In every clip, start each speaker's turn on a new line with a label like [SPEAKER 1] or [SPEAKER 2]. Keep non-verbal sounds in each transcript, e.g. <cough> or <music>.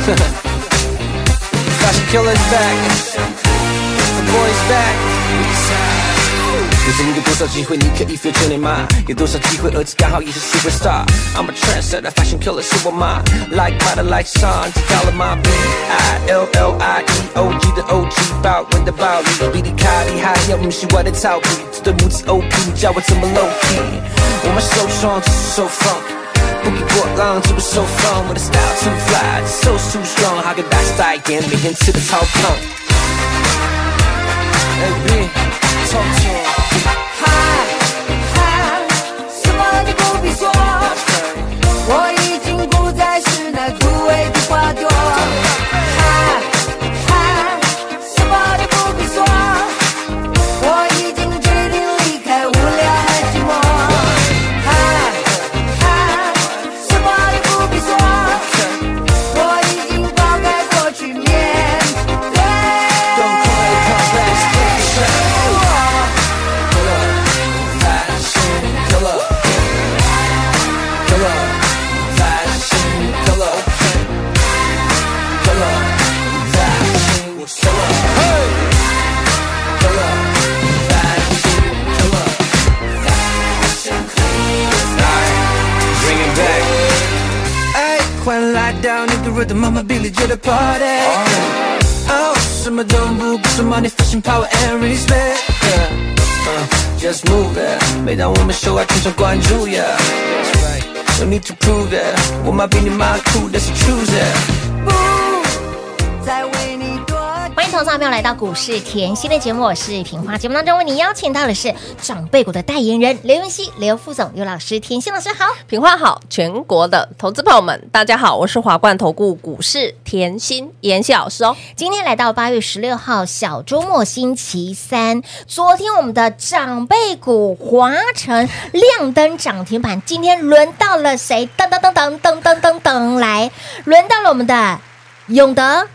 [SPEAKER 1] <laughs> Fashion killer's back. The boy's back. 有着你有多少机会，你可以 feel 着你吗？有多少机会，而且刚好也是 superstar。I'm a trendsetter, fashion killer 是我吗？Like butter, like sun，知道了吗？B I L L I E O G 的 O G，豹纹的暴力，比你卡厉害，要不是我的套皮，这对母子 O P，叫我怎么 low key？我们受创，只是受放。不给波浪，这不受放。我的 style too fly，so too strong，还给大时代眼，每天吃的超胖。哎，B，超重。
[SPEAKER 2] 嗨，什么都不必说，我已经不再是那枯萎的花朵。嗨，嗨，什么都不必说，我已经决定离开无聊和寂寞。嗨，嗨，什么都不必说，我已经抛开过去面对。
[SPEAKER 1] Don't call it complex, take it back. Killer, fashion killer. Killer, fashion killer. Killer, fashion killer. Hey! Killer, fashion killer. Alright, bring it back. 哎，快来到你的 rhythm，妈妈比利觉的 party。哦，Oh, 什么都不顾，什么你 fashion power and respect。Just move it，每当我们秀爱，全场关注 yeah。No need to prove it，我妈比你妈酷，但是 choose it。
[SPEAKER 2] 不再为你多
[SPEAKER 3] 欢迎投资朋友来到股市甜心的节目，我是平花。节目当中为您邀请到的是长辈股的代言人刘云熙、刘副总、刘老师、甜心老师好。
[SPEAKER 4] 平话好，全国的投资朋友们，大家好，我是华冠投顾股市甜心妍希老师哦。
[SPEAKER 3] 今天来到八月十六号小周末星期三，昨天我们的长辈股华晨亮灯涨停板，今天轮到了谁？噔噔噔噔噔噔噔噔，来，轮到了我们的永德。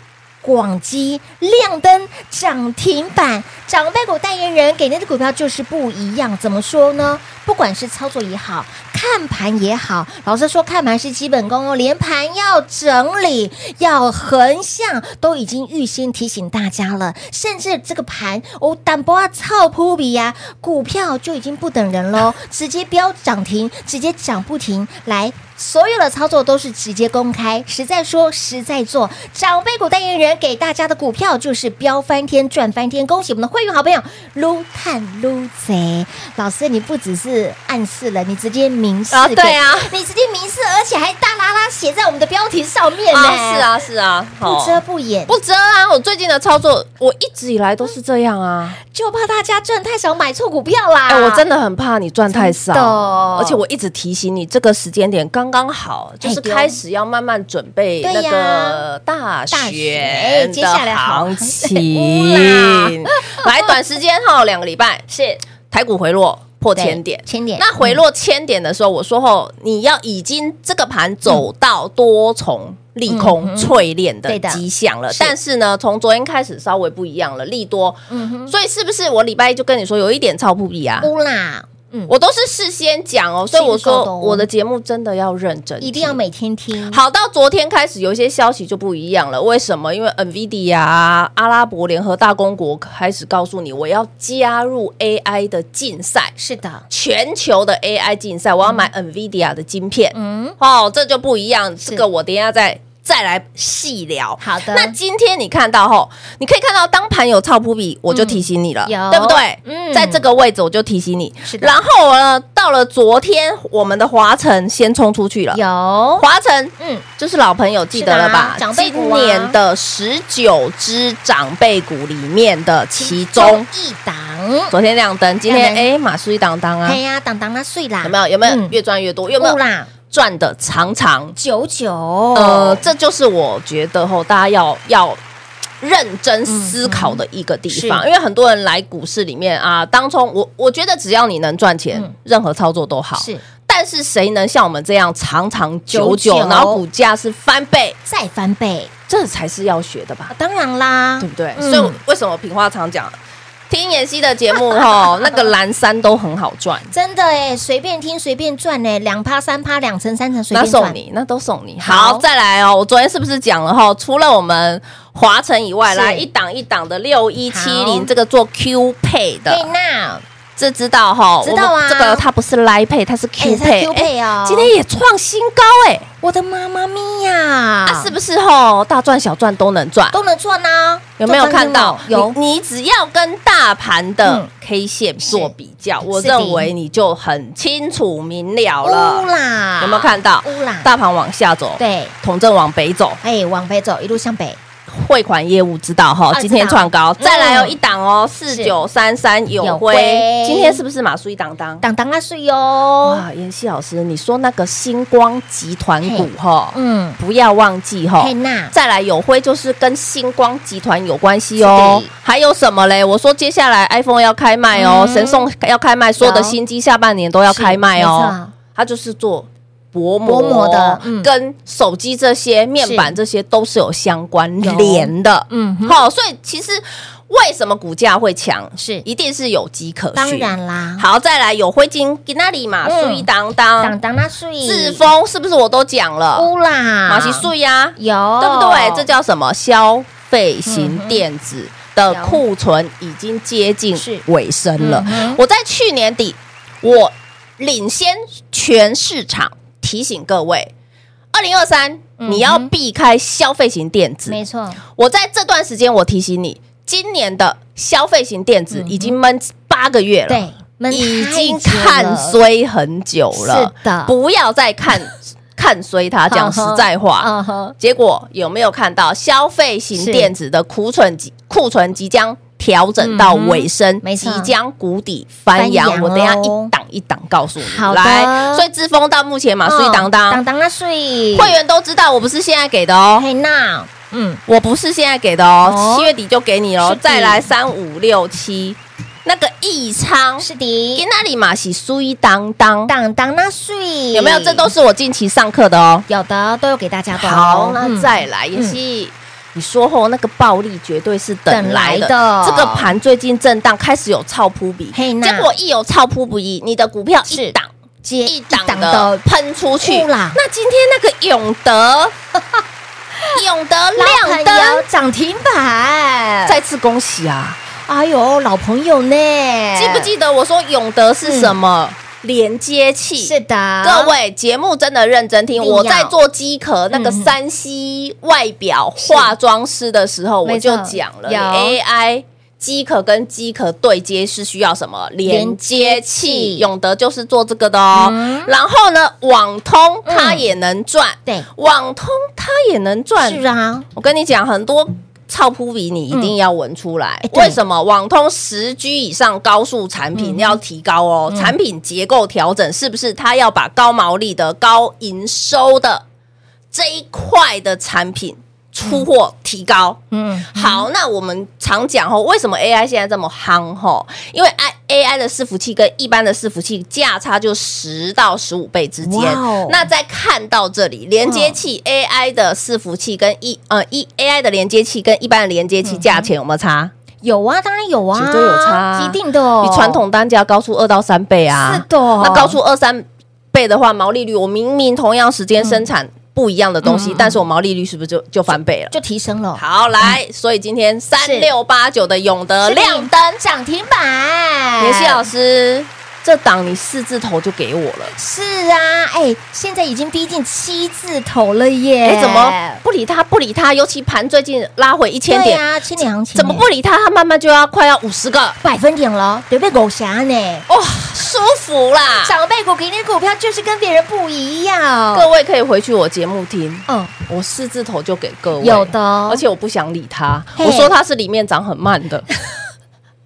[SPEAKER 3] 广基亮灯涨停板，长辈股代言人给那的股票就是不一样。怎么说呢？不管是操作也好，看盘也好，老师说看盘是基本功哦，连盘要整理，要横向，都已经预先提醒大家了。甚至这个盘哦，淡薄啊，操扑比呀，股票就已经不等人喽，直接飙涨停，直接涨不停，来。所有的操作都是直接公开，实在说实在做。长辈股代言人给大家的股票就是飙翻天、赚翻天，恭喜我们的会员好朋友撸探撸贼老师，你不只是暗示了，你直接明示、
[SPEAKER 4] 啊对啊，
[SPEAKER 3] 你直接明示，而且还大拉拉写在我们的标题上面呢、
[SPEAKER 4] 啊，是，啊，是啊，
[SPEAKER 3] 不遮不掩，
[SPEAKER 4] 不遮啊！我最近的操作，我一直以来都是这样啊。
[SPEAKER 3] 就怕大家赚太少买错股票啦。
[SPEAKER 4] 哎、我真的很怕你赚太少
[SPEAKER 3] 啊真的，哦
[SPEAKER 4] 而且我一直提醒你，这个时间点刚刚好，就是
[SPEAKER 3] 对哦
[SPEAKER 4] 开始要慢慢准备
[SPEAKER 3] 对
[SPEAKER 4] 那
[SPEAKER 3] 呀
[SPEAKER 4] 个大
[SPEAKER 3] 大选哎
[SPEAKER 4] 选
[SPEAKER 3] 接下来
[SPEAKER 4] 的
[SPEAKER 3] 好
[SPEAKER 4] 行
[SPEAKER 3] <laughs>
[SPEAKER 4] 情。来，短时间哈，两个礼拜是台股回落破
[SPEAKER 3] 对
[SPEAKER 4] 千点，
[SPEAKER 3] 千点
[SPEAKER 4] 那回落千点的时候，我说后你要已经这个盘走到多重利空淬炼
[SPEAKER 3] 嗯对
[SPEAKER 4] 的
[SPEAKER 3] 的
[SPEAKER 4] 迹象了
[SPEAKER 3] 是，
[SPEAKER 4] 但是呢，从昨天开始稍微不一样了，利多，嗯
[SPEAKER 3] 嗯
[SPEAKER 4] 所以是不是我礼拜一就跟你说有一点超不比啊？
[SPEAKER 3] 乌啦，嗯，
[SPEAKER 4] 我都是事先讲哦，所以我
[SPEAKER 3] 信得够的哦
[SPEAKER 4] 说我的节目真的要认真听，
[SPEAKER 3] 一定要每天听。
[SPEAKER 4] 好到昨天开始，有一些消息就不一样了。为什么？因为 NVIDIA 啊、阿拉伯联合大公国开始告诉你，我要加入 AI 的竞赛。
[SPEAKER 3] 是的，
[SPEAKER 4] 全球的 AI 竞赛，我要买 NVIDIA 的晶片，
[SPEAKER 3] 嗯
[SPEAKER 4] 嗯，哦，这就不一样，这个我等一下再再来细聊。
[SPEAKER 3] 好的
[SPEAKER 4] 那今天你看到吼，你可以看到当盘有超扑比，我就提醒你了，
[SPEAKER 3] 有
[SPEAKER 4] 对不对？
[SPEAKER 3] 嗯
[SPEAKER 4] 在这个位置我就提醒你，
[SPEAKER 3] 是的
[SPEAKER 4] 然后呢，到了昨天，我们的华晨先冲出去了，
[SPEAKER 3] 有，
[SPEAKER 4] 华晨，
[SPEAKER 3] 嗯
[SPEAKER 4] 嗯，就是老朋友记得了吧？
[SPEAKER 3] 是的啊长辈股
[SPEAKER 4] 今
[SPEAKER 3] 啊
[SPEAKER 4] 年的十九只长辈股里面的其中，
[SPEAKER 3] 一档，
[SPEAKER 4] 昨天亮灯，今
[SPEAKER 3] 亮
[SPEAKER 4] 天
[SPEAKER 3] 灯
[SPEAKER 4] 哎，马叔一当当啊
[SPEAKER 3] 哎，呀，档档那碎啦，
[SPEAKER 4] 有没有？有没有
[SPEAKER 3] 嗯
[SPEAKER 4] 越赚越多？有没有
[SPEAKER 3] 乌？啦？
[SPEAKER 4] 赚的长长。
[SPEAKER 3] 九九，
[SPEAKER 4] 呃，这就是我觉得吼，大家要要认真思考的一个地
[SPEAKER 3] 嗯嗯
[SPEAKER 4] 方，
[SPEAKER 3] 是
[SPEAKER 4] 因为很多人来股市里面啊，当中我我觉得只要你能赚钱，
[SPEAKER 3] 嗯
[SPEAKER 4] 任何操作都好。
[SPEAKER 3] 是
[SPEAKER 4] 但是谁能像我们这样长长久久，
[SPEAKER 3] 久
[SPEAKER 4] 然后股价是翻倍，
[SPEAKER 3] 再翻倍，
[SPEAKER 4] 这才是要学的吧
[SPEAKER 3] 啊？当然啦，
[SPEAKER 4] 对不对？
[SPEAKER 3] 嗯
[SPEAKER 4] 所以我为什么平花常讲，听妍希的节目吼，那个蓝山都很好赚，
[SPEAKER 3] 真的哎，随便听随便赚呢，两趴三趴，两成三成随
[SPEAKER 4] 那
[SPEAKER 3] 便
[SPEAKER 4] 送
[SPEAKER 3] 赚。
[SPEAKER 4] 你，那都送你。
[SPEAKER 3] 好
[SPEAKER 4] 好，再来哦，我昨天是不是讲了哈？除了我们华晨以外，
[SPEAKER 3] 是
[SPEAKER 4] 来一档一档的六一七
[SPEAKER 3] 好
[SPEAKER 4] 零这个做 Q 配
[SPEAKER 3] 对
[SPEAKER 4] 的，
[SPEAKER 3] 那
[SPEAKER 4] 这知道哈？
[SPEAKER 3] 知道啊
[SPEAKER 4] 我们这个它不是 l i e 配，它是 Q
[SPEAKER 3] 它是
[SPEAKER 4] 配哎
[SPEAKER 3] Q 配哦
[SPEAKER 4] 今天也创新高哎，
[SPEAKER 3] 我的妈妈咪呀，
[SPEAKER 4] 啊，是不是吼？大赚小赚都能赚。
[SPEAKER 3] 都能赚呢？
[SPEAKER 4] 有没有
[SPEAKER 3] 赚翻
[SPEAKER 4] 看到？
[SPEAKER 3] 天了有，
[SPEAKER 4] 你，你只要跟大盘
[SPEAKER 3] 嗯
[SPEAKER 4] 的 K 线做比较，我
[SPEAKER 3] 是的
[SPEAKER 4] 认为你就很清楚明了
[SPEAKER 3] 乌
[SPEAKER 4] 了。
[SPEAKER 3] 啦，
[SPEAKER 4] 有没有看到
[SPEAKER 3] 乌啦？
[SPEAKER 4] 大盘往下走，
[SPEAKER 3] 对，
[SPEAKER 4] 统正往北走，
[SPEAKER 3] 哎，往北走，一路向北，
[SPEAKER 4] 汇款业务知道哈
[SPEAKER 3] 啊，
[SPEAKER 4] 今天创高，
[SPEAKER 3] 知道
[SPEAKER 4] 再来哦
[SPEAKER 3] 嗯
[SPEAKER 4] 一档哦，四九三三
[SPEAKER 3] 友
[SPEAKER 4] 有
[SPEAKER 3] 辉
[SPEAKER 4] 辉，今天是不是马叔一档档？
[SPEAKER 3] 当当啊睡哟。
[SPEAKER 4] 哇，妍希老师，你说那个星光集团股哈，
[SPEAKER 3] 嗯，
[SPEAKER 4] 不要忘记哈
[SPEAKER 3] 嘿。那
[SPEAKER 4] 哦再来有辉就是跟星光集团有关系哦
[SPEAKER 3] 是的，
[SPEAKER 4] 还有什么嘞？我说接下来 iPhone 要开卖哦，
[SPEAKER 3] 嗯
[SPEAKER 4] 神送要开卖，所有的
[SPEAKER 3] 有
[SPEAKER 4] 新机下半年都要开卖
[SPEAKER 3] 是没
[SPEAKER 4] 哦
[SPEAKER 3] 错。
[SPEAKER 4] 它就是做薄膜哦
[SPEAKER 3] 薄膜的嗯
[SPEAKER 4] 跟手机这些面板这些都是有相关
[SPEAKER 3] 有
[SPEAKER 4] 联的。
[SPEAKER 3] 嗯哼
[SPEAKER 4] 好，所以其实为什么股价会强，
[SPEAKER 3] 是
[SPEAKER 4] 一定是有迹可循。
[SPEAKER 3] 当然啦，
[SPEAKER 4] 好，再来有灰金给那里嘛，
[SPEAKER 3] 嗯
[SPEAKER 4] 苏一当当
[SPEAKER 3] 当哦当啊睡，
[SPEAKER 4] 志峰是不是我都讲了？
[SPEAKER 3] 乌啦，
[SPEAKER 4] 马奇啊素呀，
[SPEAKER 3] 有，
[SPEAKER 4] 对不对？这叫什么？消费型电子的库存已经接近
[SPEAKER 3] 嗯是
[SPEAKER 4] 尾声了
[SPEAKER 3] 嗯哼。
[SPEAKER 4] 我在去年底，我领先全市场提醒各位，二零二三
[SPEAKER 3] 嗯哼
[SPEAKER 4] 你要避开消费型电子。
[SPEAKER 3] 没错，
[SPEAKER 4] 我在这段时间，我提醒你，今年的消费型电子已经闷八个月了。
[SPEAKER 3] 对，闷
[SPEAKER 4] 已经
[SPEAKER 3] 太久
[SPEAKER 4] 看
[SPEAKER 3] 了
[SPEAKER 4] 衰很久了，
[SPEAKER 3] 是的
[SPEAKER 4] 不要再看 <laughs> 看衰它。讲实在话，
[SPEAKER 3] <laughs> 嗯哼，
[SPEAKER 4] 结果有没有看到消费型
[SPEAKER 3] 是
[SPEAKER 4] 电子的库存即库存即将调整到尾声，
[SPEAKER 3] 嗯没
[SPEAKER 4] 即
[SPEAKER 3] 错
[SPEAKER 4] 将谷底翻扬？
[SPEAKER 3] 翻扬
[SPEAKER 4] 我等一下
[SPEAKER 3] 哦
[SPEAKER 4] 一档一档告诉你。
[SPEAKER 3] 好的哦
[SPEAKER 4] 来，所以志峰到目前嘛，所以当当
[SPEAKER 3] 当当啊睡，
[SPEAKER 4] 会员都知道，我不是现在给的哦。
[SPEAKER 3] 嘿那，嗯，
[SPEAKER 4] 我不是现在给的哦
[SPEAKER 3] 哦，
[SPEAKER 4] 七月底就给你
[SPEAKER 3] 是
[SPEAKER 4] 喽
[SPEAKER 3] 的。
[SPEAKER 4] 再来三五六七，那个益昌，
[SPEAKER 3] 是
[SPEAKER 4] 给
[SPEAKER 3] 的，
[SPEAKER 4] 那里嘛是苏一当当，
[SPEAKER 3] 当当啊睡，
[SPEAKER 4] 有没有？这都是我近期上课的哦。
[SPEAKER 3] 有的，都有给大家的哦。
[SPEAKER 4] 好，那
[SPEAKER 3] 嗯
[SPEAKER 4] 再来也是。你说后那个暴利绝对是等来
[SPEAKER 3] 等来
[SPEAKER 4] 的，
[SPEAKER 3] 的
[SPEAKER 4] 这个盘最近震荡，开始有超扑比，
[SPEAKER 3] 嘿
[SPEAKER 4] 结
[SPEAKER 3] 那
[SPEAKER 4] 果一有超扑不一，你的股票一档
[SPEAKER 3] 接
[SPEAKER 4] 一档的喷出去
[SPEAKER 3] 哭啦
[SPEAKER 4] 那今天那个永
[SPEAKER 3] <laughs>
[SPEAKER 4] 德，永德
[SPEAKER 3] 老
[SPEAKER 4] 亮
[SPEAKER 3] 朋
[SPEAKER 4] 灯
[SPEAKER 3] 友，涨停板，
[SPEAKER 4] 再次恭喜啊！
[SPEAKER 3] 哎呦老朋友呢，哎
[SPEAKER 4] 记不？记得我说永德是什么？
[SPEAKER 3] 嗯
[SPEAKER 4] 连接器
[SPEAKER 3] 是的，
[SPEAKER 4] 各位节目真的认真听，
[SPEAKER 3] 啊一定要
[SPEAKER 4] 我在做机壳那个
[SPEAKER 3] 嗯
[SPEAKER 4] 三 C 外表化妆师的时候，
[SPEAKER 3] 没
[SPEAKER 4] 我
[SPEAKER 3] 错
[SPEAKER 4] 就讲了
[SPEAKER 3] 有
[SPEAKER 4] AI。机壳跟机壳对接是需要什么连接器？永德就是做这个的哦。
[SPEAKER 3] 嗯
[SPEAKER 4] 然后呢，网通它也能赚，
[SPEAKER 3] 对，
[SPEAKER 4] 网通它也能赚。
[SPEAKER 3] 是啊，
[SPEAKER 4] 我跟你讲，很多超扑比你一定要闻出来。
[SPEAKER 3] 哎对
[SPEAKER 4] 为什么网通十 G 以上高速产品要提高哦？
[SPEAKER 3] 嗯
[SPEAKER 4] 产品结构调整是不是它要把高毛利的、高营收的这一块的产品出货提高？
[SPEAKER 3] 嗯，
[SPEAKER 4] 好，那我们常讲吼，为什么 AI 现在这么夯吼？因为 I AI 的伺服器跟一般的伺服器价差就十到十五倍之间。
[SPEAKER 3] 哇哦
[SPEAKER 4] 那再看到这里，连接
[SPEAKER 3] 嗯
[SPEAKER 4] 器 AI 的伺服器跟一呃一 AI 的连接器跟一般的连接器价钱有没有差？
[SPEAKER 3] 有啊，当然有啊，
[SPEAKER 4] 绝对有差啊
[SPEAKER 3] 一定的哦，
[SPEAKER 4] 比传统单价高出二到三倍啊。
[SPEAKER 3] 是的
[SPEAKER 4] 那高出二三倍的话，毛利率我明明同样时间生产不一样的东西，
[SPEAKER 3] 嗯
[SPEAKER 4] 但是我毛利率是不是就就翻倍了？
[SPEAKER 3] 就提升了，
[SPEAKER 4] 好，来，所以今天三六八九的永德
[SPEAKER 3] 是
[SPEAKER 4] 亮
[SPEAKER 3] 呃亮灯涨停板，
[SPEAKER 4] 妍希老师，这档你四字头就给我了，
[SPEAKER 3] 是啊，哎，现在已经逼近七字头了耶，
[SPEAKER 4] 哎，怎么不理他？不理他，尤其盘最近拉回一千
[SPEAKER 3] 对
[SPEAKER 4] 点，
[SPEAKER 3] 啊，千点行情
[SPEAKER 4] 怎么不理他？他慢慢就要快要五十个，
[SPEAKER 3] 百分点了？对不对？狗侠呢？
[SPEAKER 4] 哇，舒服啦！
[SPEAKER 3] 长辈股给你的股票就是跟别人不一样，
[SPEAKER 4] 各位可以回去我节目听，
[SPEAKER 3] 嗯，
[SPEAKER 4] 我四字头就给各位
[SPEAKER 3] 有的哦
[SPEAKER 4] 而且我不想理他，
[SPEAKER 3] 嘿 <laughs>
[SPEAKER 4] 我说他是里面长很慢的，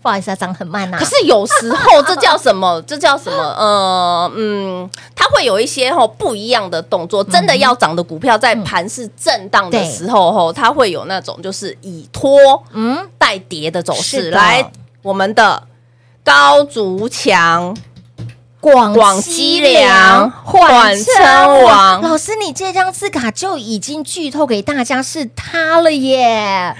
[SPEAKER 3] 不好意思啊，涨很慢呐、
[SPEAKER 4] 可是有时候这叫什么？这叫什么？呃，嗯，它会有一些吼不一样的动
[SPEAKER 3] 嗯
[SPEAKER 4] 作。真的要涨的股票，在盘势震荡的
[SPEAKER 3] 对
[SPEAKER 4] 时候吼，它会有那种就是以拖
[SPEAKER 3] 嗯，
[SPEAKER 4] 带跌的走势。
[SPEAKER 3] 是的
[SPEAKER 4] 来，我们的高足强
[SPEAKER 3] 广
[SPEAKER 4] 广
[SPEAKER 3] 西
[SPEAKER 4] 西
[SPEAKER 3] 粮
[SPEAKER 4] 粮
[SPEAKER 3] 缓
[SPEAKER 4] 缓
[SPEAKER 3] 称王，
[SPEAKER 4] 称王
[SPEAKER 3] 老师，你这张字卡就已经剧透给大家是他了耶，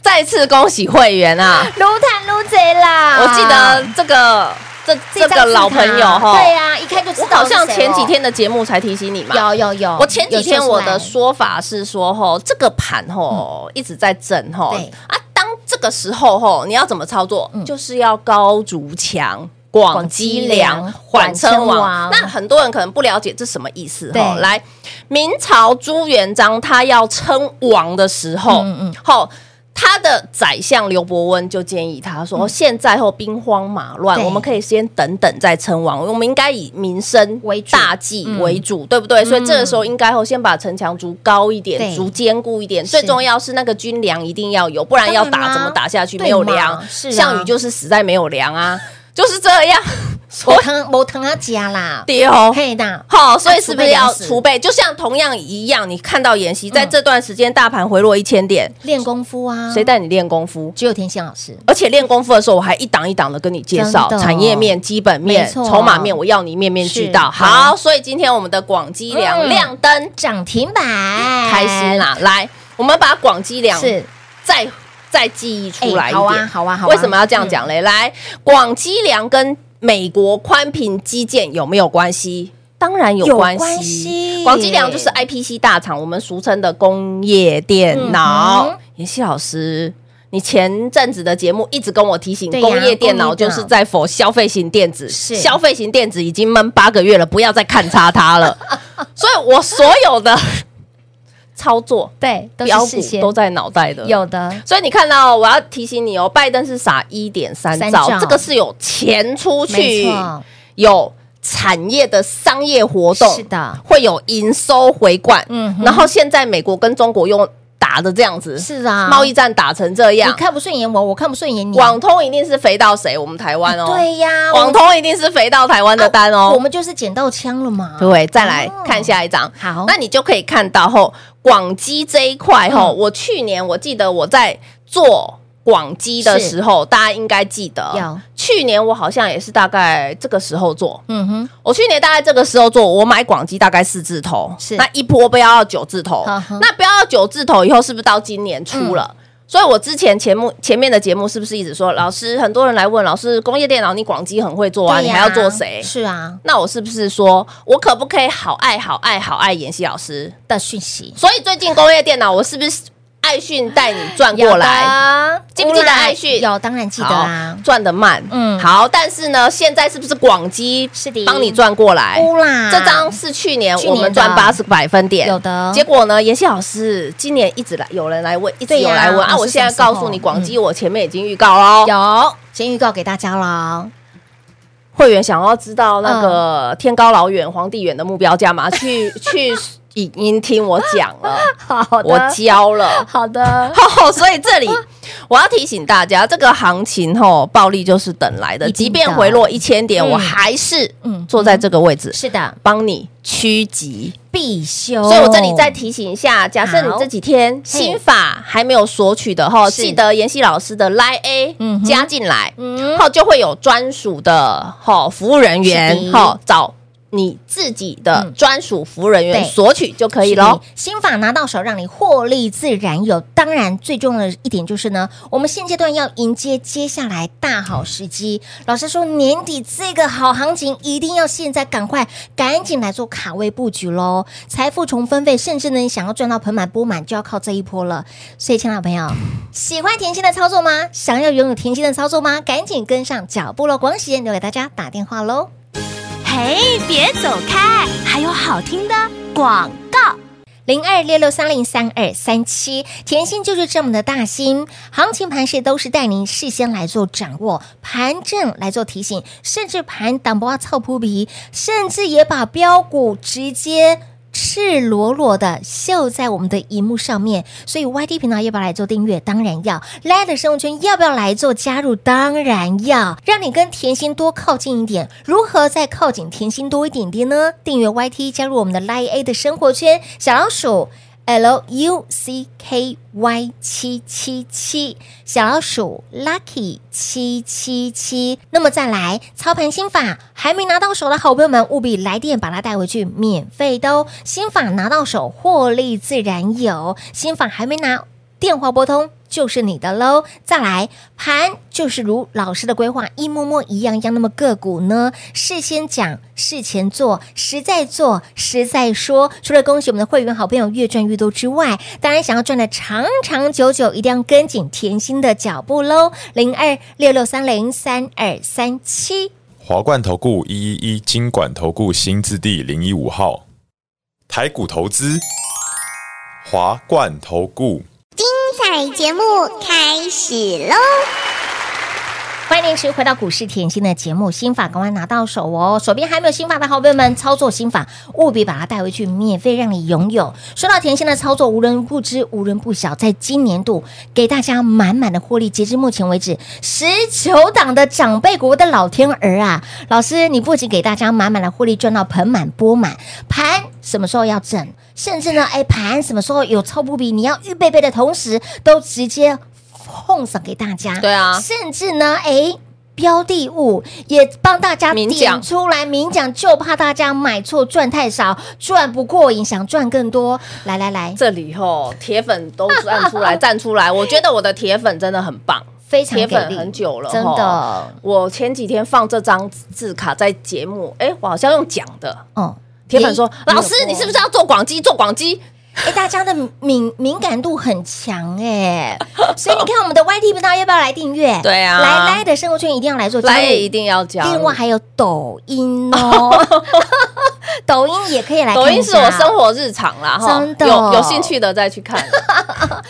[SPEAKER 4] 再次恭喜会员啊！
[SPEAKER 3] 撸坦撸贼啦！
[SPEAKER 4] 我记得这个这这
[SPEAKER 3] 啊张字
[SPEAKER 4] 个
[SPEAKER 3] 卡
[SPEAKER 4] 老朋友吼，
[SPEAKER 3] 对呀、一看就知
[SPEAKER 4] 我
[SPEAKER 3] 道。
[SPEAKER 4] 好像前几。天的节目才提醒你嘛。
[SPEAKER 3] 有有有，
[SPEAKER 4] 我前几天我的
[SPEAKER 3] 有秀出来嗯
[SPEAKER 4] 说法是说，吼，这个盘吼一直在震吼
[SPEAKER 3] 对嗯
[SPEAKER 4] 啊，当这个时候吼，你要怎么操作？就是要高筑墙。广积粮，
[SPEAKER 3] 广
[SPEAKER 4] 缓
[SPEAKER 3] 积粮缓
[SPEAKER 4] 称
[SPEAKER 3] 称王
[SPEAKER 4] 王。那很多人可能不了解这什么意思
[SPEAKER 3] 对
[SPEAKER 4] 吼。来，明朝朱元璋他要称王的时候，
[SPEAKER 3] 嗯嗯
[SPEAKER 4] 吼，他的宰相刘伯温就建议他说：“现在后兵荒马乱，
[SPEAKER 3] 嗯对
[SPEAKER 4] 我们可以先等等再称王，我们应该以民生
[SPEAKER 3] 为主
[SPEAKER 4] 大计
[SPEAKER 3] 嗯
[SPEAKER 4] 为主，对不对？所以这个时候应该后先把城墙筑高一点
[SPEAKER 3] 对，
[SPEAKER 4] 筑坚固一点。
[SPEAKER 3] 是
[SPEAKER 4] 最重要是那个军粮一定要有，不然要
[SPEAKER 3] 当然
[SPEAKER 4] 打
[SPEAKER 3] 啦
[SPEAKER 4] 怎么打下去？
[SPEAKER 3] 对
[SPEAKER 4] 没有
[SPEAKER 3] 嘛
[SPEAKER 4] 粮，
[SPEAKER 3] 是啊
[SPEAKER 4] 项羽就是死在没有粮啊， <laughs> 就是这样。所
[SPEAKER 3] 我
[SPEAKER 4] 以
[SPEAKER 3] 疼我疼啊家啦，
[SPEAKER 4] 丢
[SPEAKER 3] 嘿的，
[SPEAKER 4] 好，所以是不是
[SPEAKER 3] 储备粮
[SPEAKER 4] 要
[SPEAKER 3] 食嗯
[SPEAKER 4] 储备？就像同样一样，你看到妍希在这段时间大盘回落一千点，
[SPEAKER 3] 练功夫啊，
[SPEAKER 4] 谁带你练功夫？
[SPEAKER 3] 只有田心老师，
[SPEAKER 4] 而且练功夫的时候，我还一档一档的跟你介绍
[SPEAKER 3] 真的
[SPEAKER 4] 产业面、基本面
[SPEAKER 3] 没、错
[SPEAKER 4] 筹码面，我要你面面俱到。
[SPEAKER 3] 是
[SPEAKER 4] 好，所以今天我们的广积粮
[SPEAKER 3] 嗯
[SPEAKER 4] 亮灯，
[SPEAKER 3] 涨停板，
[SPEAKER 4] 开心啦！来，我们把广积粮
[SPEAKER 3] 哎是
[SPEAKER 4] 再再记忆出来一
[SPEAKER 3] 哎好啊
[SPEAKER 4] 点。
[SPEAKER 3] 好啊好啊，
[SPEAKER 4] 为什么要这样讲嘞？来，广积粮跟美国宽频基建有没有关系？当然有
[SPEAKER 3] 有
[SPEAKER 4] 关
[SPEAKER 3] 关
[SPEAKER 4] 系
[SPEAKER 3] 系。
[SPEAKER 4] 广积粮就是
[SPEAKER 3] 嗯
[SPEAKER 4] IPC 大厂，我们俗称的工业电
[SPEAKER 3] 嗯哼
[SPEAKER 4] 脑。妍希老师。你前阵子的节目一直跟我提醒，
[SPEAKER 3] 对呀
[SPEAKER 4] 工业电
[SPEAKER 3] 工
[SPEAKER 4] 脑
[SPEAKER 3] 业电
[SPEAKER 4] 就
[SPEAKER 3] 脑
[SPEAKER 4] 是在否消费型电子，
[SPEAKER 3] 是
[SPEAKER 4] 消费型电子已经闷八个月了，不要再看差
[SPEAKER 3] <laughs>
[SPEAKER 4] 它了。所以我所有的操作
[SPEAKER 3] 对，都
[SPEAKER 4] 标
[SPEAKER 3] 是
[SPEAKER 4] 股
[SPEAKER 3] 事先
[SPEAKER 4] 都在脑袋的，
[SPEAKER 3] 有的，
[SPEAKER 4] 所以你看到，我要提醒你哦，拜登是撒一点三
[SPEAKER 3] 三
[SPEAKER 4] 兆
[SPEAKER 3] 兆，
[SPEAKER 4] 这个是有钱出
[SPEAKER 3] 没
[SPEAKER 4] 去，
[SPEAKER 3] 错，
[SPEAKER 4] 有产业的商业活动，
[SPEAKER 3] 是的，
[SPEAKER 4] 会有营收回灌。
[SPEAKER 3] 嗯哼
[SPEAKER 4] 然后现在美国跟中国又打的这样子，
[SPEAKER 3] 是啊，
[SPEAKER 4] 贸易战打成这
[SPEAKER 3] 你
[SPEAKER 4] 样，
[SPEAKER 3] 看不顺眼我，我看不顺眼你，
[SPEAKER 4] 网通一定是肥到谁？我们台湾哦，，
[SPEAKER 3] 对呀，啊
[SPEAKER 4] 网通一定是肥到台湾的单
[SPEAKER 3] 我
[SPEAKER 4] 哦。
[SPEAKER 3] 们我们就是捡到枪了嘛，
[SPEAKER 4] 嗯对，再来
[SPEAKER 3] 哦
[SPEAKER 4] 看下一张。
[SPEAKER 3] 好
[SPEAKER 4] 那你就可以看到吼，广基这一块吼，
[SPEAKER 3] 嗯
[SPEAKER 4] 我去年我记得我在做广基的时候，大家应该记
[SPEAKER 3] 有
[SPEAKER 4] 得，去年我好像也是大概这个时候做。
[SPEAKER 3] 嗯哼，
[SPEAKER 4] 我去年大概这个时候做，我买广基大概四字头，
[SPEAKER 3] 是
[SPEAKER 4] 那一波不要到九字头
[SPEAKER 3] 呵嗯呵，
[SPEAKER 4] 那不要到九字头以后，是不是到今年初了？所以，我之前节目前面的节目是不是一直说，老师很多人来问老师，工业电脑你广基很会做啊，
[SPEAKER 3] 对
[SPEAKER 4] 你
[SPEAKER 3] 呀
[SPEAKER 4] 还要做谁？
[SPEAKER 3] 是啊
[SPEAKER 4] 那我是不是说我可不可以好爱好爱好爱妍希老师？
[SPEAKER 3] 的讯息
[SPEAKER 4] 所以最近工业电脑，我是不是爱讯带你转过来？
[SPEAKER 3] 来
[SPEAKER 4] 记不记得爱讯
[SPEAKER 3] 有，当然记得
[SPEAKER 4] 好
[SPEAKER 3] 啊，
[SPEAKER 4] 赚的慢，
[SPEAKER 3] 嗯
[SPEAKER 4] 嗯，好，但是呢，现在是不是广基
[SPEAKER 3] 是的
[SPEAKER 4] 帮你赚过来？
[SPEAKER 3] 乌啦，
[SPEAKER 4] 这张是去年
[SPEAKER 3] 去年
[SPEAKER 4] 我们赚
[SPEAKER 3] 的
[SPEAKER 4] 八十百分点，
[SPEAKER 3] 有的
[SPEAKER 4] 结果呢，妍希老师今年一直来有人来问，一直
[SPEAKER 3] 对呀
[SPEAKER 4] 有来问
[SPEAKER 3] 老
[SPEAKER 4] 啊！
[SPEAKER 3] 师
[SPEAKER 4] 我现在
[SPEAKER 3] 什么时候
[SPEAKER 4] 告诉你，广基我前面已经预告哦喽，
[SPEAKER 3] 嗯有先预告给大家了，
[SPEAKER 4] 会员想要知道那个
[SPEAKER 3] 嗯
[SPEAKER 4] 天高老远、皇帝远的目标价嘛？去 <laughs> 去影音听我讲了，
[SPEAKER 3] 好
[SPEAKER 4] 我教
[SPEAKER 3] <laughs>
[SPEAKER 4] 了。
[SPEAKER 3] 好的，
[SPEAKER 4] 好，所以这里我要提醒大家，这个行情吼，暴利就是等来的。
[SPEAKER 3] 一定的
[SPEAKER 4] 即便回落一千点，
[SPEAKER 3] 嗯
[SPEAKER 4] 我还是
[SPEAKER 3] 嗯
[SPEAKER 4] 坐在这个位置，
[SPEAKER 3] 是的，
[SPEAKER 4] 帮你趋吉。
[SPEAKER 3] 必修，
[SPEAKER 4] 所以我这里再提醒一下，假设你
[SPEAKER 3] 好
[SPEAKER 4] 这几天新法还没有索取的哈，
[SPEAKER 3] 是
[SPEAKER 4] 记得妍希老师的 Line A
[SPEAKER 3] 嗯哼
[SPEAKER 4] 加进来，
[SPEAKER 3] 嗯，
[SPEAKER 4] 后就会有专属的哈服务人
[SPEAKER 3] 是
[SPEAKER 4] 员
[SPEAKER 3] 的
[SPEAKER 4] 哈找你自己的
[SPEAKER 3] 嗯
[SPEAKER 4] 专属服务人员
[SPEAKER 3] 对
[SPEAKER 4] 索取就可以
[SPEAKER 3] 是
[SPEAKER 4] 喽
[SPEAKER 3] 的。。新法拿到手，让你获利自然有。当然，最重要的一点就是呢，我们现阶段要迎接接下来大好时机。老师说，年底这个好行情一定要现在赶快赶紧来做卡位布局喽。财富重分配，甚至呢，你想要赚到盆满钵满，就要靠这一波了。所以，亲爱的朋友，喜欢甜心的操作吗？想要拥有甜心的操作吗？赶紧跟上脚步喽！广喜间留给大家打电话喽。
[SPEAKER 5] 嘿，别走开，还有好听的广告。
[SPEAKER 3] 零二六六三零三二三七，甜心就是这么的大心。行情盘势都是带您事先来做掌握，盘正来做提醒，甚至盘挡不啊操扑鼻，甚至也把标股直接。赤裸裸的秀在我们的荧幕上面，所以 YT 频道要不要来做订阅？当然要。Light 的生活圈要不要来做加入？当然要。让你跟甜心多靠近一点，如何再靠近甜心多一点点呢？订阅 YT，加入我们的 Light A 的生活圈，小老鼠 L U C K Y 七七七，小老鼠 Lucky 七七七。那么再来操盘心法，还没拿到手的好朋友们，务必来电把它带回去，免费的哦。心法拿到手，获利自然有；心法还没拿，电话拨通。就是你的喽！再来盘就是如老师的规划，一摸摸一样样。那么个股呢，事先讲，事前做，实在做，实在说。除了恭喜我们的会员好朋友越赚越多之外，当然想要赚的长长久久，一定要跟紧甜心的脚步喽！零二六六三零三二三七。
[SPEAKER 6] 华冠投顾一一一金管投顾新字第零一五号，台股投资，华冠投顾。
[SPEAKER 7] 彩节目开始喽！
[SPEAKER 3] 欢迎您持续回到股市甜心的节目，心法赶快拿到手哦！手边还没有心法的好朋友们，操作心法务必把它带回去，免费让你拥有。说到甜心的操作，无人不知，无人不晓，在今年度给大家满满的获利。截至目前为止，十九档的长辈股，我的老天儿啊！老师，你不仅给大家满满的获利，赚到盆满钵满，盘什么时候要整？甚至呢，哎，盘什么时候有超不比？你要预备备的同时，都直接奉上给大家。
[SPEAKER 4] 对啊
[SPEAKER 3] 甚至呢，哎。标的物也帮大家
[SPEAKER 4] 明讲
[SPEAKER 3] 点出来，明讲就怕大家买错赚太少，赚不过瘾，想赚更多。来来来，
[SPEAKER 4] 这里吼，铁粉都站
[SPEAKER 3] <laughs>
[SPEAKER 4] 出来，站出来！我觉得我的铁粉真的很棒，
[SPEAKER 3] 非常
[SPEAKER 4] 铁
[SPEAKER 3] 给
[SPEAKER 4] 粉
[SPEAKER 3] 力
[SPEAKER 4] 很久了，
[SPEAKER 3] 真的。
[SPEAKER 4] 我前几天放这张字卡在节目，哎，我好像用讲的。
[SPEAKER 3] 哦，
[SPEAKER 4] 铁粉说：“
[SPEAKER 3] 也
[SPEAKER 4] 老师，你是不是要做广基？做广基？
[SPEAKER 3] 哎，大家的敏敏感度很强哎、
[SPEAKER 4] <laughs>
[SPEAKER 3] 所以你看我们的 YT 频道要不要来订阅？
[SPEAKER 4] 对啊
[SPEAKER 3] 来来的生活圈一定要来做加入
[SPEAKER 4] 来也一定要讲。
[SPEAKER 3] 另外还有抖音
[SPEAKER 4] <laughs>
[SPEAKER 3] 哦，抖音也可以来看一下。
[SPEAKER 4] 抖音是我生活日常啦，哈
[SPEAKER 3] 真，的
[SPEAKER 4] 有有兴趣的再
[SPEAKER 3] <laughs>
[SPEAKER 4] 去看，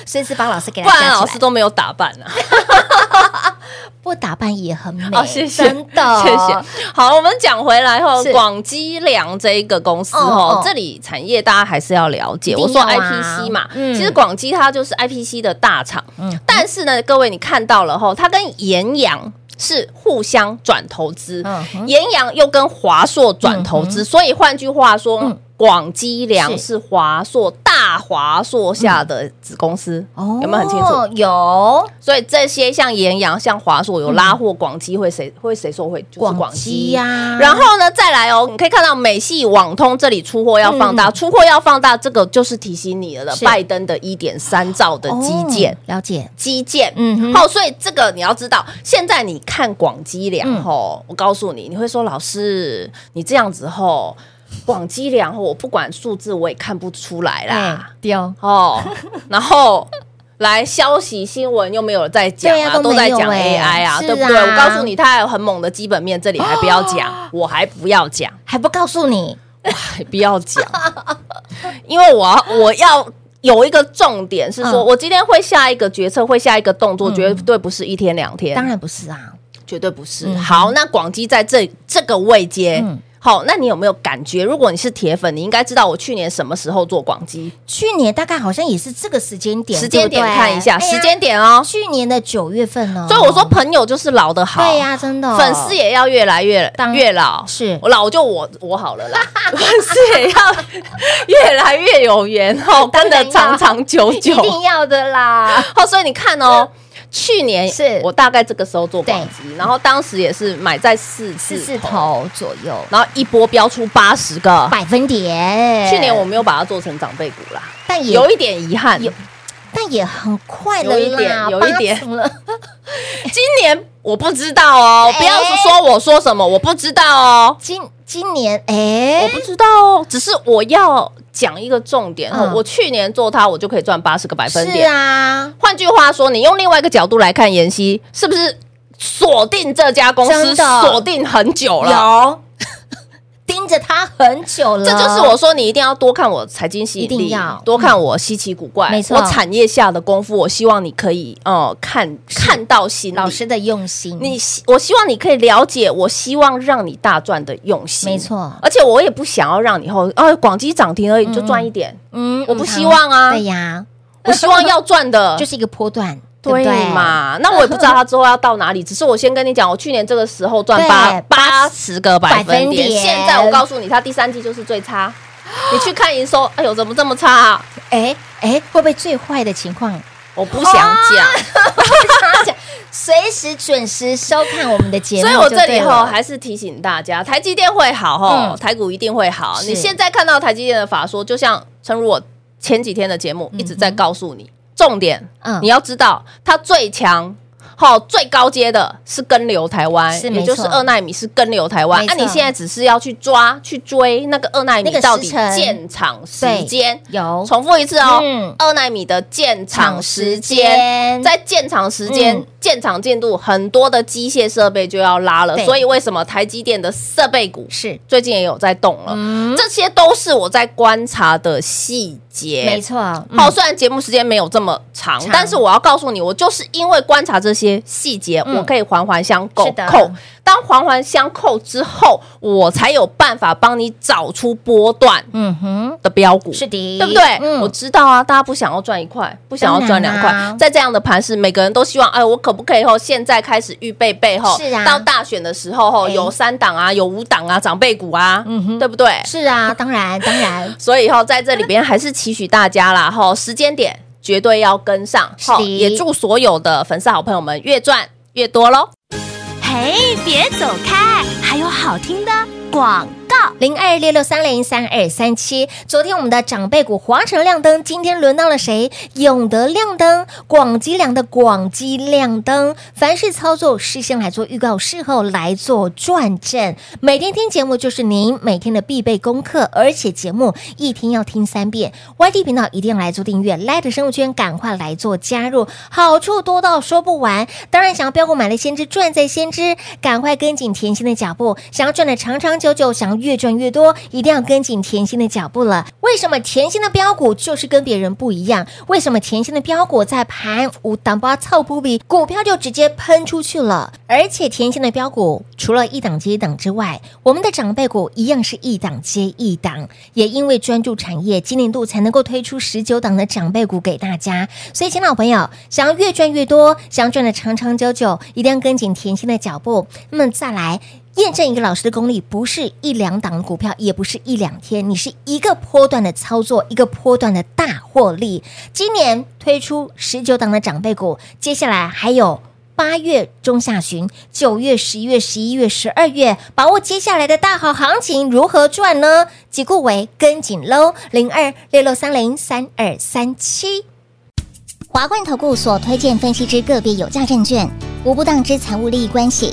[SPEAKER 3] 随时帮老师给
[SPEAKER 4] 不
[SPEAKER 3] 他加起
[SPEAKER 4] 然
[SPEAKER 3] 来。
[SPEAKER 4] 老师都没有打扮啊。
[SPEAKER 3] 不打扮也很美
[SPEAKER 4] 哦，谢谢，
[SPEAKER 3] 真的
[SPEAKER 4] <laughs> 谢谢。好，我们讲回来后，
[SPEAKER 3] 是
[SPEAKER 4] 广积粮这一个公司
[SPEAKER 3] 哦
[SPEAKER 4] 哦
[SPEAKER 3] 哦，
[SPEAKER 4] 这里产业大家还是要了解。
[SPEAKER 3] 一定
[SPEAKER 4] 我说
[SPEAKER 3] 要啊
[SPEAKER 4] IPC 嘛，
[SPEAKER 3] 嗯
[SPEAKER 4] 其实广积它就是 IPC 的大厂，但是呢，各位你看到了后，它跟盐阳。是互相转投资
[SPEAKER 3] 嗯，哼
[SPEAKER 4] 盐阳又跟华硕转投资，所以换句话说
[SPEAKER 3] 嗯，
[SPEAKER 4] 广积粮
[SPEAKER 3] 是
[SPEAKER 4] 是华硕大华硕下的子公司，
[SPEAKER 3] 哦，
[SPEAKER 4] 有没有很清楚？？
[SPEAKER 3] 有
[SPEAKER 4] 所以这些像盐阳、像华硕有拉货，广基会谁会谁说会就是
[SPEAKER 3] 广啊基呀、
[SPEAKER 4] 然后呢，再来哦，你可以看到美系、网通这里出货要放大，出货要放大，这个就是提醒你了
[SPEAKER 3] 嗯是
[SPEAKER 4] 拜登的一点三兆的基建。
[SPEAKER 3] 哦了解，
[SPEAKER 4] 基建，
[SPEAKER 3] 嗯哼
[SPEAKER 4] 嗯，好、所以这个你要知道，现在你看广积粮吼，
[SPEAKER 3] 嗯
[SPEAKER 4] 我告诉你，你会说老师，你这样子吼，广积粮吼，我不管数字我也看不出来啦，
[SPEAKER 3] 哎，丢，
[SPEAKER 4] 哦，然后来消息新闻又没有在讲
[SPEAKER 3] 对啊都
[SPEAKER 4] 都在
[SPEAKER 3] 没有
[SPEAKER 4] 讲
[SPEAKER 3] 欸
[SPEAKER 4] AI 啊，
[SPEAKER 3] 是
[SPEAKER 4] 对不对？
[SPEAKER 3] 啊
[SPEAKER 4] 我告诉你，它还有很猛的基本面，这里还不要
[SPEAKER 3] <gasps>
[SPEAKER 4] 讲，我还不要
[SPEAKER 3] <laughs>
[SPEAKER 4] 讲，
[SPEAKER 3] 还不告诉你，
[SPEAKER 4] 还不要讲，因为我要我要。有一个重点是说，
[SPEAKER 3] 嗯
[SPEAKER 4] 我今天会下一个决策，会下一个动作，绝对不是一天两天，
[SPEAKER 3] 当然不是啊，
[SPEAKER 4] 绝对不是。
[SPEAKER 3] 嗯
[SPEAKER 4] 好，那广基在这这个位阶
[SPEAKER 3] 嗯，
[SPEAKER 4] 好，那你有没有感觉？如果你是铁粉，你应该知道我去年什么时候做广基，
[SPEAKER 3] 去年大概好像也是这个时间点，
[SPEAKER 4] 时间点
[SPEAKER 3] 对不对
[SPEAKER 4] 看一下，
[SPEAKER 3] 哎呀
[SPEAKER 4] 时间点哦。
[SPEAKER 3] 去年的九月份哦，
[SPEAKER 4] 所以我说，朋友就是老的好，
[SPEAKER 3] 对呀、真的哦、
[SPEAKER 4] 粉丝也要越来越
[SPEAKER 3] 当
[SPEAKER 4] 越老，
[SPEAKER 3] 是
[SPEAKER 4] 我老就我我好了
[SPEAKER 3] <laughs>
[SPEAKER 4] 啦，粉丝也要越来越有缘哦，
[SPEAKER 3] <laughs>
[SPEAKER 4] 跟
[SPEAKER 3] 然
[SPEAKER 4] 得
[SPEAKER 3] 要
[SPEAKER 4] 长长久久
[SPEAKER 3] 一。定要的啦，
[SPEAKER 4] <laughs> 哦，所以你看哦。去年
[SPEAKER 3] 是
[SPEAKER 4] 我大概这个时候做
[SPEAKER 3] 对
[SPEAKER 4] 广集，然后当时也是买在四
[SPEAKER 3] 四
[SPEAKER 4] 字
[SPEAKER 3] 字
[SPEAKER 4] 头，
[SPEAKER 3] 头左右，
[SPEAKER 4] 然后一波飙出八十个。
[SPEAKER 3] 百分点。
[SPEAKER 4] 去年我没有把它做成长辈股啦，
[SPEAKER 3] 但也
[SPEAKER 4] 有一点遗憾。
[SPEAKER 3] 有但也很快了啦，
[SPEAKER 4] 有一点有一点
[SPEAKER 3] 八成了，
[SPEAKER 4] 今年我不知道哦，不要
[SPEAKER 3] 哎
[SPEAKER 4] 说我说什么，我不知道哦。
[SPEAKER 3] 今今年
[SPEAKER 4] 我
[SPEAKER 3] 哎，
[SPEAKER 4] 不知道哦，只是我要讲一个重点哦
[SPEAKER 3] 嗯。
[SPEAKER 4] 我去年做它，我就可以赚八十个百分
[SPEAKER 3] 是
[SPEAKER 4] 点。
[SPEAKER 3] 啊，
[SPEAKER 4] 换句话说，你用另外一个角度来看，妍希是不是锁定这家公司
[SPEAKER 3] 真的啊
[SPEAKER 4] 锁定很久了？
[SPEAKER 3] 有盯盯着它很久了，
[SPEAKER 4] 这就是我说你一定要多看我财经吸引
[SPEAKER 3] 一定
[SPEAKER 4] 力
[SPEAKER 3] 要，
[SPEAKER 4] 多看我稀奇古怪，
[SPEAKER 3] 嗯没错
[SPEAKER 4] 我产业下的功夫，我希望你可以哦、呃看看到心里
[SPEAKER 3] 老师的用心。
[SPEAKER 4] 你希我希望你可以了解，我希望让你大赚的用心，
[SPEAKER 3] 没错
[SPEAKER 4] 而且我也不想要让你后啊，广基涨停而已你就赚一点，
[SPEAKER 3] 嗯
[SPEAKER 4] 我不希望啊
[SPEAKER 3] 对呀，
[SPEAKER 4] 我希望要赚
[SPEAKER 3] <laughs>
[SPEAKER 4] 的
[SPEAKER 3] 就是一个波段，对不
[SPEAKER 4] 对
[SPEAKER 3] 对？
[SPEAKER 4] 嘛？那我也不知道它之后要到哪里，只是我先跟你讲，我去年这个时候赚八
[SPEAKER 3] 对
[SPEAKER 4] 八十个百
[SPEAKER 3] 百分
[SPEAKER 4] 分点，
[SPEAKER 3] 点
[SPEAKER 4] 现在我告诉你，它第三季就是最差。你去看营收，哎呦，怎么这么差、啊？
[SPEAKER 3] 哎哎，会不会最坏的情
[SPEAKER 4] <laughs>
[SPEAKER 3] 况？
[SPEAKER 4] 我不想讲，
[SPEAKER 3] 随时准时收看我们的节目
[SPEAKER 4] 所以
[SPEAKER 3] 就
[SPEAKER 4] 我
[SPEAKER 3] 对了，
[SPEAKER 4] 这里吼还是提醒大家，台积电会好吼，
[SPEAKER 3] 嗯
[SPEAKER 4] 台股一定会好。
[SPEAKER 3] 是
[SPEAKER 4] 你现在看到台积电的法说，就像诚如我前几天的节目一直在告诉你，重点，
[SPEAKER 3] 嗯
[SPEAKER 4] 你要知道它最强。好，最高阶的是跟流台湾，
[SPEAKER 3] 是
[SPEAKER 4] 也
[SPEAKER 3] 没
[SPEAKER 4] 就是
[SPEAKER 3] 错
[SPEAKER 4] 二纳米是跟流台湾。
[SPEAKER 3] 没
[SPEAKER 4] 那、
[SPEAKER 3] 错
[SPEAKER 4] 你现在只是要去抓、去追那个二纳
[SPEAKER 3] 那
[SPEAKER 4] 米
[SPEAKER 3] 个
[SPEAKER 4] 到底
[SPEAKER 3] 时程
[SPEAKER 4] 建厂时
[SPEAKER 3] 对
[SPEAKER 4] 间，
[SPEAKER 3] 有
[SPEAKER 4] 重复一次哦
[SPEAKER 3] 嗯，
[SPEAKER 4] 二纳、米的建厂时
[SPEAKER 3] 厂时
[SPEAKER 4] 间，
[SPEAKER 3] 间
[SPEAKER 4] 在建厂时间、
[SPEAKER 3] 嗯
[SPEAKER 4] 建厂进度，很多的机械设备就要拉了，
[SPEAKER 3] 对
[SPEAKER 4] 所以为什么台积电的设备股
[SPEAKER 3] 是
[SPEAKER 4] 最近也有在动了？
[SPEAKER 3] 嗯
[SPEAKER 4] 这些都是我在观察的细节，
[SPEAKER 3] 没。错，嗯
[SPEAKER 4] 好，虽然节目时间没有这么长，
[SPEAKER 3] 长
[SPEAKER 4] 但是我要告诉你，我就是因为观察这些细节，
[SPEAKER 3] 嗯
[SPEAKER 4] 我可以环环相扣
[SPEAKER 3] 是的
[SPEAKER 4] 扣。当环环相扣之后，我才有办法帮你找出波段
[SPEAKER 3] 嗯哼，
[SPEAKER 4] 的标股。
[SPEAKER 3] 是的，
[SPEAKER 4] 对不对？
[SPEAKER 3] 嗯
[SPEAKER 4] 我知道啊，大家不想要赚一块，不想要赚两块，
[SPEAKER 3] 当然啊
[SPEAKER 4] 在这样的盘势，每个人都希望，哎，我可不可以后现在开始预备备后，
[SPEAKER 3] 是啊
[SPEAKER 4] 到大选的时候后
[SPEAKER 3] 哎
[SPEAKER 4] 有三档啊，有五档啊，长辈股啊，
[SPEAKER 3] 嗯哼
[SPEAKER 4] 对不对？
[SPEAKER 3] 是啊，当然当然
[SPEAKER 4] 所以后在这里边还是期许大家啦，吼，时间点绝对要跟上，
[SPEAKER 3] 是的
[SPEAKER 4] 吼也祝所有的粉丝好朋友们越赚越多喽。
[SPEAKER 5] 嘿，别走开，还有好听的广告。
[SPEAKER 3] 零二六六三零三二三七。昨天我们的长辈股华晨亮灯，今天轮到了谁？永德亮灯，广基亮的广基亮灯。凡是操作，事先来做预告，事后来做转正。每天听节目就是您每天的必备功课，而且节目一天要听三遍。YT 频道一定要来做订阅，Light 生物圈赶快来做加入，好处多到说不完。当然，想要标股买了先知，赚在先知，赶快跟紧甜心的脚步。想要赚的长长久久，想要越赚越多，一定要跟紧甜心的脚步了。为什么甜心的标股就是跟别人不一样？为什么甜心的标股在盘五档八操扑比股票就直接喷出去了？而且甜心的标股除了一档接一档之外，我们的长辈股一样是一档接一档，也因为专注产业，今年度才能够推出十九档的长辈股给大家。所以，亲老朋友，想要越赚越多，想要赚的长长久久，一定要跟紧甜心的脚步。那么再来。验证一个老师的功力，不是一两档的股票，也不是一两天，你是一个波段的操作，一个波段的大获利。今年推出十九档的长辈股，接下来还有八月中下旬、九月、十一月、十一月、十二月，把握接下来的大好行情，如何赚呢？即顾为跟紧喽，零二六六三零三二三七。
[SPEAKER 7] 华冠投顾所推荐分析之个别有价证券，无不当之财务利益关系。